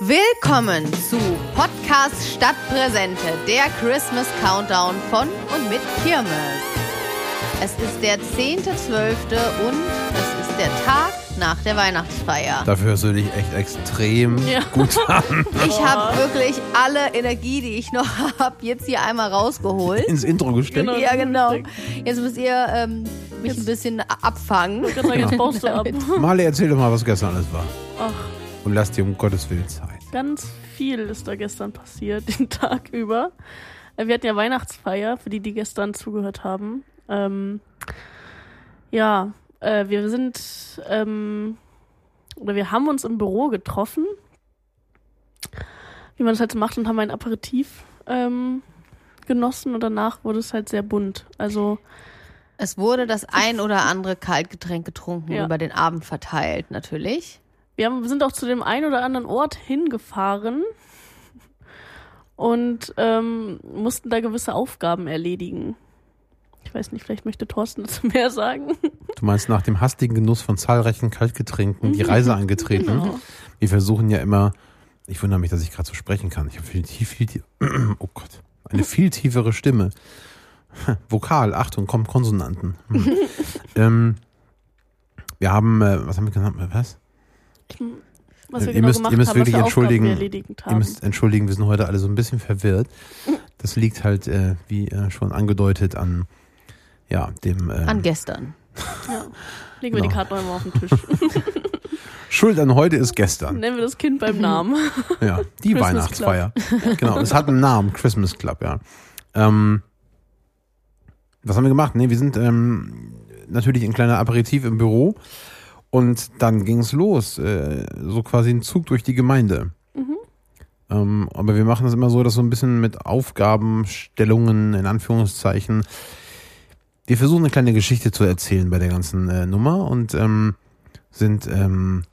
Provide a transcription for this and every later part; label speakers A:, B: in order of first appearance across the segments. A: Willkommen zu Podcast Stadtpräsente, der Christmas Countdown von und mit Kirmes. Es ist der 10.12. und es ist der Tag nach der Weihnachtsfeier.
B: Dafür hörst du dich echt extrem
C: Ja.
B: gut an.
A: Ich habe wirklich alle Energie, die ich noch habe, jetzt hier einmal rausgeholt.
B: Ins Intro gesteckt.
C: Genau.
A: Ja, genau. Jetzt müsst ihr ähm, mich ein bisschen abfangen.
C: Ich kann sagen, jetzt baust du ab.
B: Marley, erzähl doch mal, was gestern alles war.
C: Ach,
B: Und lass dir um Gottes Willen Zeit.
C: ganz viel ist da gestern passiert, den Tag über. Äh, Wir hatten ja Weihnachtsfeier, für die, die gestern zugehört haben. Ähm, ja, äh, wir sind, ähm, oder wir haben uns im Büro getroffen, wie man es halt so macht, und haben ein Aperitif ähm, genossen und danach wurde es halt sehr bunt. Also,
A: Es wurde das ein oder andere Kaltgetränk getrunken
C: Ja.
A: über den Abend verteilt, natürlich.
C: Wir haben, sind auch zu dem einen oder anderen Ort hingefahren und ähm, mussten da gewisse Aufgaben erledigen. Ich weiß nicht, vielleicht möchte Thorsten dazu mehr sagen.
B: Du meinst, nach dem hastigen Genuss von zahlreichen Kaltgetränken die Reise angetreten.
C: Mhm. Genau.
B: Wir versuchen ja immer, ich wundere mich, dass ich gerade so sprechen kann. Ich habe viel, viel, viel, tie- oh Gott, eine viel tiefere Stimme. Vokal, Achtung, kommen Konsonanten. Hm. ähm, wir haben, äh, was haben wir genannt? Was?
C: Was wir
B: Ihr
C: genau
B: müsst-
C: gemacht
B: ihr müsst
C: haben, was
B: wirklich
C: für
B: entschuldigen.
C: Aufgaben wir erledigt
B: Ihr
C: haben.
B: müsst entschuldigen, wir sind heute alle so ein bisschen verwirrt. Das liegt halt, äh, wie äh, schon angedeutet, an ja, dem äh,
A: An gestern.
C: Ja. Legen wir
B: Genau.
C: die Karten einmal auf den Tisch.
B: Schuld an heute ist gestern.
C: Nennen wir das Kind beim Namen.
B: Ja, die
C: Christmas
B: Weihnachtsfeier. genau, es hat einen Namen, Christmas Club, ja. Ähm, was haben wir gemacht? Nee, wir sind ähm, natürlich ein kleiner Aperitif im Büro und dann ging es los. Äh, so quasi ein Zug durch die Gemeinde.
C: Mhm.
B: Ähm, aber wir machen das immer so, dass so ein bisschen mit Aufgabenstellungen, in Anführungszeichen. Wir versuchen eine kleine Geschichte zu erzählen bei der ganzen äh, Nummer und ähm, sind ähm,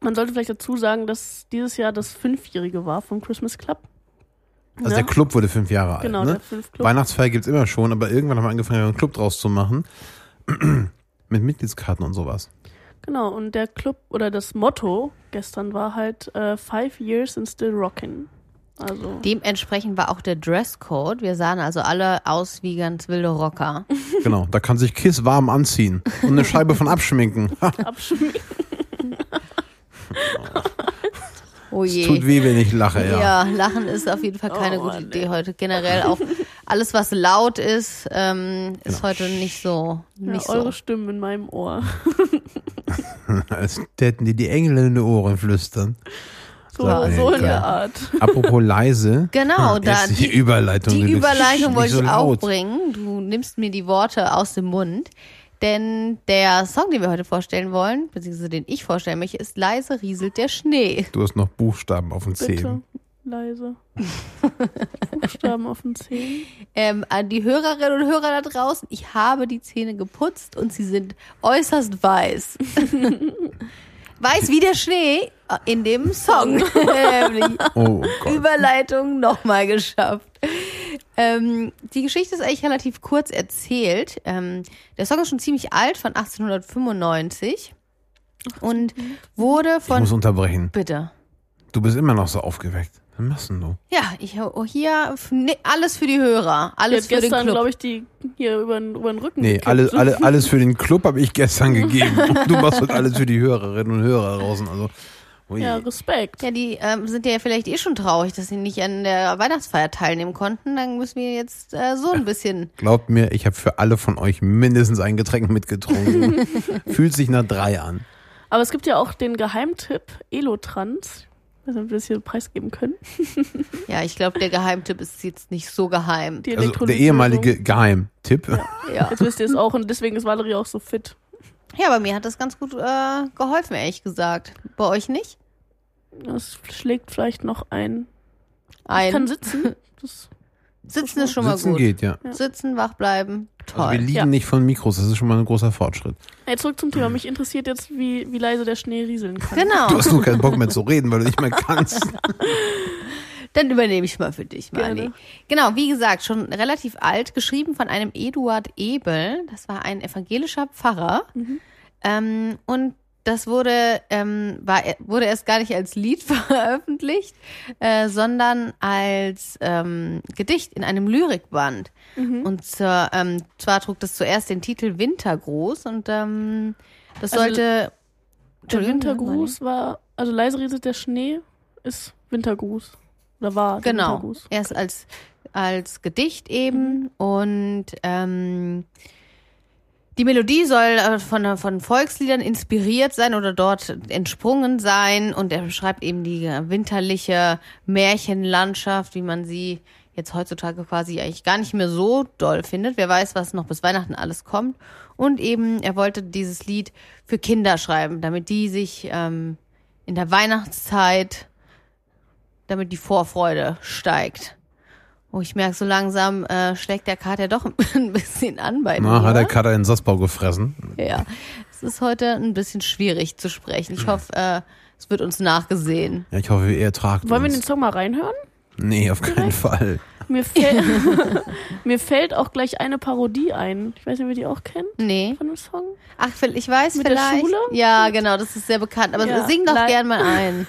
C: Man sollte vielleicht dazu sagen, dass dieses Jahr das Fünfjährige war vom Christmas Club.
B: also
C: Ne?
B: der Club wurde fünf Jahre alt.
C: genau,
B: ne?
C: der Fünf-Club.
B: Weihnachtsfeier gibt's immer schon, aber irgendwann haben wir angefangen, einen Club draus zu machen. Mit Mitgliedskarten und sowas.
C: Genau, und der Club oder das Motto gestern war halt äh, Five Years and Still Rockin'. Also,
A: Dementsprechend war auch der Dresscode. Wir sahen also alle aus wie ganz wilde Rocker.
B: Genau, da kann sich Kiss warm anziehen und eine Scheibe von abschminken. Ha,
C: abschminken.
A: Oh
B: es
A: je.
B: tut weh, wenn ich lache, ja.
A: ja. Lachen ist auf jeden Fall keine
C: Oh,
A: gute
C: Mann,
A: Idee
C: ey.
A: heute. Generell auch alles, was laut ist, ähm, ist
B: Genau.
A: heute nicht so.
C: Ja,
A: Nicht
C: eure
A: so.
C: Stimmen in meinem Ohr.
B: Als täten dir die Engel in die Ohren flüstern.
C: So,
B: Ja,
C: so in
B: ja.
C: der Art.
B: Apropos leise. Hm,
A: Genau, da
B: Jetzt die,
A: die,
B: Überleitung.
A: die
B: Du bist
A: Überleitung
B: nicht
A: wollte
B: so
A: ich auch
B: laut.
A: bringen. Du nimmst mir die Worte aus dem Mund. Denn der Song, den wir heute vorstellen wollen, beziehungsweise den ich vorstellen möchte, ist Leise rieselt der Schnee.
B: Du hast noch Buchstaben auf den
C: Bitte.
B: Zehen.
C: Leise. Buchstaben auf den Zehen.
A: ähm, an die Hörerinnen und Hörer da draußen. Ich habe die Zähne geputzt und sie sind äußerst weiß. weiß wie der Schnee äh, in dem Song. Nämlich.
B: Oh Gott.
A: Überleitung nochmal geschafft. Ähm, die Geschichte ist eigentlich relativ kurz erzählt. Ähm, der Song ist schon ziemlich alt, von 1895. Und wurde
B: Ich muss
A: von.
B: unterbrechen.
A: Bitte.
B: Du bist immer noch so aufgeweckt. Was machst denn du?
A: Ja, ich oh, hier nee, alles für die Hörer,
C: Ich
A: alles
C: hab
A: für den
C: gestern,
A: Club.
C: glaube ich, die hier über den, über den Rücken.
B: Nee,
C: gekippt.
B: alle, alle, alles für den Club habe ich gestern gegeben. Und du machst halt alles für die Hörerinnen und Hörer draußen. Also, ui.
C: Ja, Respekt.
A: Ja, die ähm, sind ja vielleicht eh schon traurig, dass sie nicht an der Weihnachtsfeier teilnehmen konnten. Dann müssen wir jetzt äh, so ein bisschen.
B: Glaubt mir, ich habe für alle von euch mindestens ein Getränk mitgetrunken. Fühlt sich nach drei an. Also,
C: Aber es gibt ja auch den Geheimtipp Elotrans. Ich weiß nicht, ob wir das hier preisgeben können.
A: Ja, ich glaube, der Geheimtipp ist jetzt nicht so geheim.
C: Die
B: Also der
C: Elektrolytlösung.
B: ehemalige Geheimtipp.
A: Ja,
C: Jetzt wisst ihr es auch und deswegen ist Valerie auch so fit.
A: ja aber mir hat das ganz gut äh, geholfen, ehrlich gesagt. Bei euch nicht?
C: Das schlägt vielleicht noch ein. Ich kann
A: Ein
C: sitzen. Das
A: Sitzen ist schon mal
B: Sitzen
A: gut.
B: geht, ja.
A: Sitzen, wach bleiben,
B: Also wir
A: toll.
B: liegen
C: Ja.
B: nicht von Mikros, das ist schon mal ein großer Fortschritt.
C: Ey, zurück zum Thema. Mich interessiert jetzt, wie, wie leise der Schnee rieseln kann.
B: Du
A: genau,
B: hast nur keinen Bock mehr zu reden, weil du nicht mehr kannst.
A: dann übernehme ich mal für dich, Marley.
C: Gerne.
A: Genau, wie gesagt, schon relativ alt, geschrieben von
C: Mhm.
A: einem Eduard Ebel. Das war ein evangelischer Pfarrer. Ähm, und das wurde, ähm, war, wurde erst gar nicht als Lied veröffentlicht, äh, sondern als ähm, Gedicht in einem Lyrikband.
C: Mhm.
A: Und zur, ähm, zwar trug das zuerst den Titel Wintergruß und ähm, das
C: Also,
A: sollte.
C: Der
A: Entschuldigung,
C: Wintergruß war, also leise rieselt der Schnee, ist Wintergruß. Oder war der
A: Genau.
C: Wintergruß.
A: Erst als, als Gedicht eben. Und ähm, die Melodie soll äh, von, von Volksliedern inspiriert sein oder dort entsprungen sein. Und er beschreibt eben die äh, winterliche Märchenlandschaft, wie man sie jetzt heutzutage quasi eigentlich gar nicht mehr so doll findet. Wer weiß, was noch bis Weihnachten alles kommt. Und eben, er wollte dieses Lied für Kinder schreiben, damit die sich ähm, in der Weihnachtszeit damit die Vorfreude steigt. Oh, ich merke, so langsam äh, schlägt der Kater doch ein bisschen an bei
B: Na,
A: mir.
B: hat der Kater den Satzbau gefressen.
A: ja, es ist heute ein bisschen schwierig zu sprechen. Ich hoffe, äh, es wird uns nachgesehen.
B: Ja, ich hoffe, ihr ertragt
C: Wollen wir den
B: uns.
C: Song mal reinhören?
B: Nee, auf keinen Fall.
C: Mir, fäll Mir fällt auch gleich eine Parodie ein. Ich weiß nicht, ob ihr die auch kennt
A: Nee.
C: von dem Song.
A: Ach, ich weiß
C: Mit der
A: vielleicht.
C: Schule?
A: Ja, genau, das ist sehr bekannt. Aber
C: Ja,
A: sing doch
C: lei-
A: gern mal ein.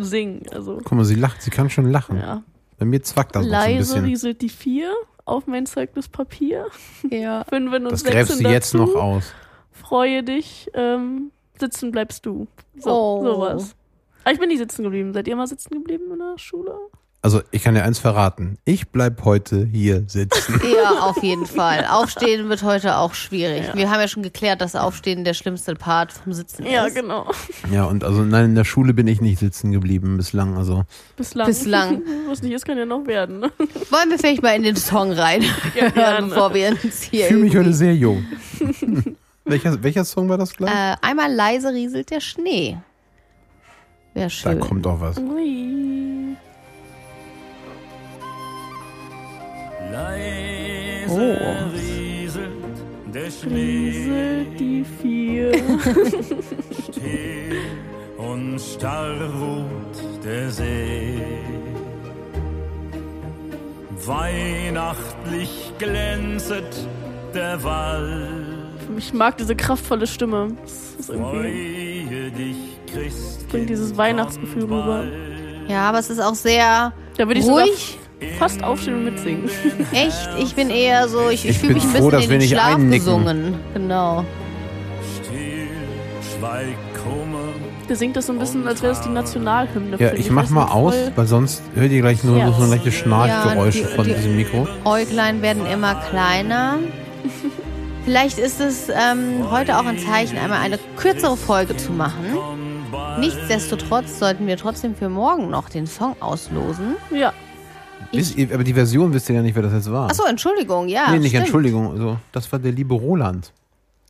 C: Singen, also.
B: Guck mal, sie lacht, sie kann schon lachen.
C: Ja.
B: Bei mir zwackt das noch so ein
C: Leise
B: bisschen.
C: rieselt die vier auf mein Zeugnis Papier.
A: ja.
C: Fünfen und
B: Das gräbst
C: sechsen
B: du jetzt
C: dazu.
B: noch aus.
C: Freue dich, ähm, sitzen bleibst du. So,
A: Oh.
C: sowas. Aber ich bin nicht sitzen geblieben. Seid ihr mal sitzen geblieben in der Schule?
B: Also, ich kann dir eins verraten. Ich bleib heute hier sitzen.
A: Ja, auf jeden Fall. Aufstehen wird heute auch schwierig. Wir haben ja schon geklärt, dass Aufstehen der schlimmste Part vom Sitzen
C: Ja,
A: ist.
C: genau.
B: ja, und also, nein, in der Schule bin ich nicht sitzen geblieben bislang. Also,
C: Bislang.
A: Bislang.
C: Was nicht ist, kann ja noch werden. ne?
A: Wollen wir vielleicht mal in den Song rein,
C: Ja, gerne.
A: bevor wir uns
B: ich
A: hier.
B: fühle mich heute
A: irgendwie-
B: sehr jung. welcher, welcher Song war das gleich?
A: äh, einmal leise rieselt der Schnee. Wäre
B: da
A: schön.
B: kommt doch was.
C: Ui.
D: Leise
A: Oh.
D: rieselt der Schnee
C: Rieselt die vier.
D: still und starr ruht der See. Weihnachtlich glänzet der Wald.
C: Ich mag diese kraftvolle Stimme. Das ist irgendwie.
D: Freue dich, Christkind.
C: Bringt dieses Weihnachtsgefühl
D: komm
C: rüber.
D: bald.
A: Ja, aber es ist auch sehr
C: Da würde ich
A: ruhig.
C: sogar fast aufstehen und mitsingen.
A: Echt? Ich bin eher so, ich, ich,
B: Ich
A: fühle
B: bin
A: mich ein
B: froh, dass
A: bisschen
B: wir
A: in den
B: nicht
A: Schlaf
B: einnicken.
A: gesungen. Genau.
D: Still, schweig, Kummer.
C: Der singt das so ein bisschen, als wäre das die Nationalhymne.
B: Ja,
C: finde
B: ich mach
C: Das
B: mal
C: ist
B: aus,
C: voll-
B: weil sonst hört ihr gleich nur
C: Ja.
B: so ein leichtes Schnarchgeräusch
A: Ja, die-
B: von
A: die-
B: diesem Mikro.
A: Äuglein werden immer kleiner. Vielleicht ist es ähm, heute auch ein Zeichen, einmal eine kürzere Folge zu machen. Nichtsdestotrotz sollten wir trotzdem für morgen noch den Song auslosen.
C: Ja,
B: Wisst ihr, aber die Version wisst ihr ja nicht, wer das jetzt war.
A: Achso, Entschuldigung, ja.
B: nee, nicht
A: stimmt.
B: Entschuldigung. Also, das war der liebe Roland.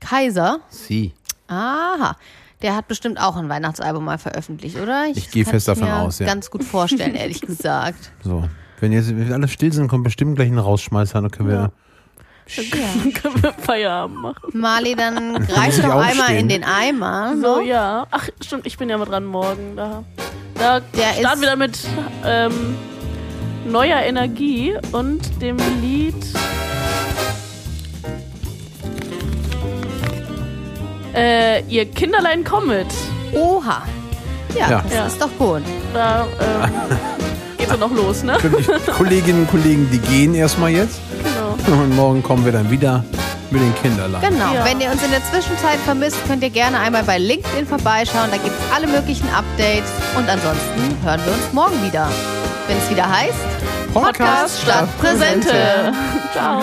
A: Kaiser.
B: Sie.
A: Aha. Der hat bestimmt auch ein Weihnachtsalbum mal veröffentlicht, oder?
B: Ich gehe
A: kann
B: fest davon
A: mir
B: aus, ja.
A: ganz gut vorstellen, ehrlich gesagt.
B: So. Wenn jetzt wenn wir alle still sind, kommt bestimmt gleich ein Rausschmeißer. Dann können wir.
C: Ja.
A: Ja.
C: dann können wir Feierabend machen.
A: Marley, dann
B: muss
A: greif
B: ich
A: doch einmal
B: aufstehen.
A: in den Eimer. ne?
C: So,
A: So,
C: ja. Ach, stimmt, ich bin ja mal dran morgen. Da, da
A: Der ist-
C: starten wir dann mit ähm, neuer Energie und dem Lied. Äh, ihr Kinderlein kommet.
A: Oha. Ja,
B: Ja.
A: das
C: Ja.
A: ist doch gut.
C: Da ähm, geht's dann noch los, ne?
B: Können die Kolleginnen und Kollegen, die gehen erstmal jetzt.
C: Genau.
B: Und morgen kommen wir dann wieder mit den Kinderlein.
A: Genau.
C: Ja.
A: Wenn ihr uns in der Zwischenzeit vermisst, könnt ihr gerne einmal bei LinkedIn vorbeischauen. Da gibt es alle möglichen Updates. Und ansonsten hören wir uns morgen wieder. Wenn es wieder heißt, Podcast statt Präsente.
C: Äh, Ciao.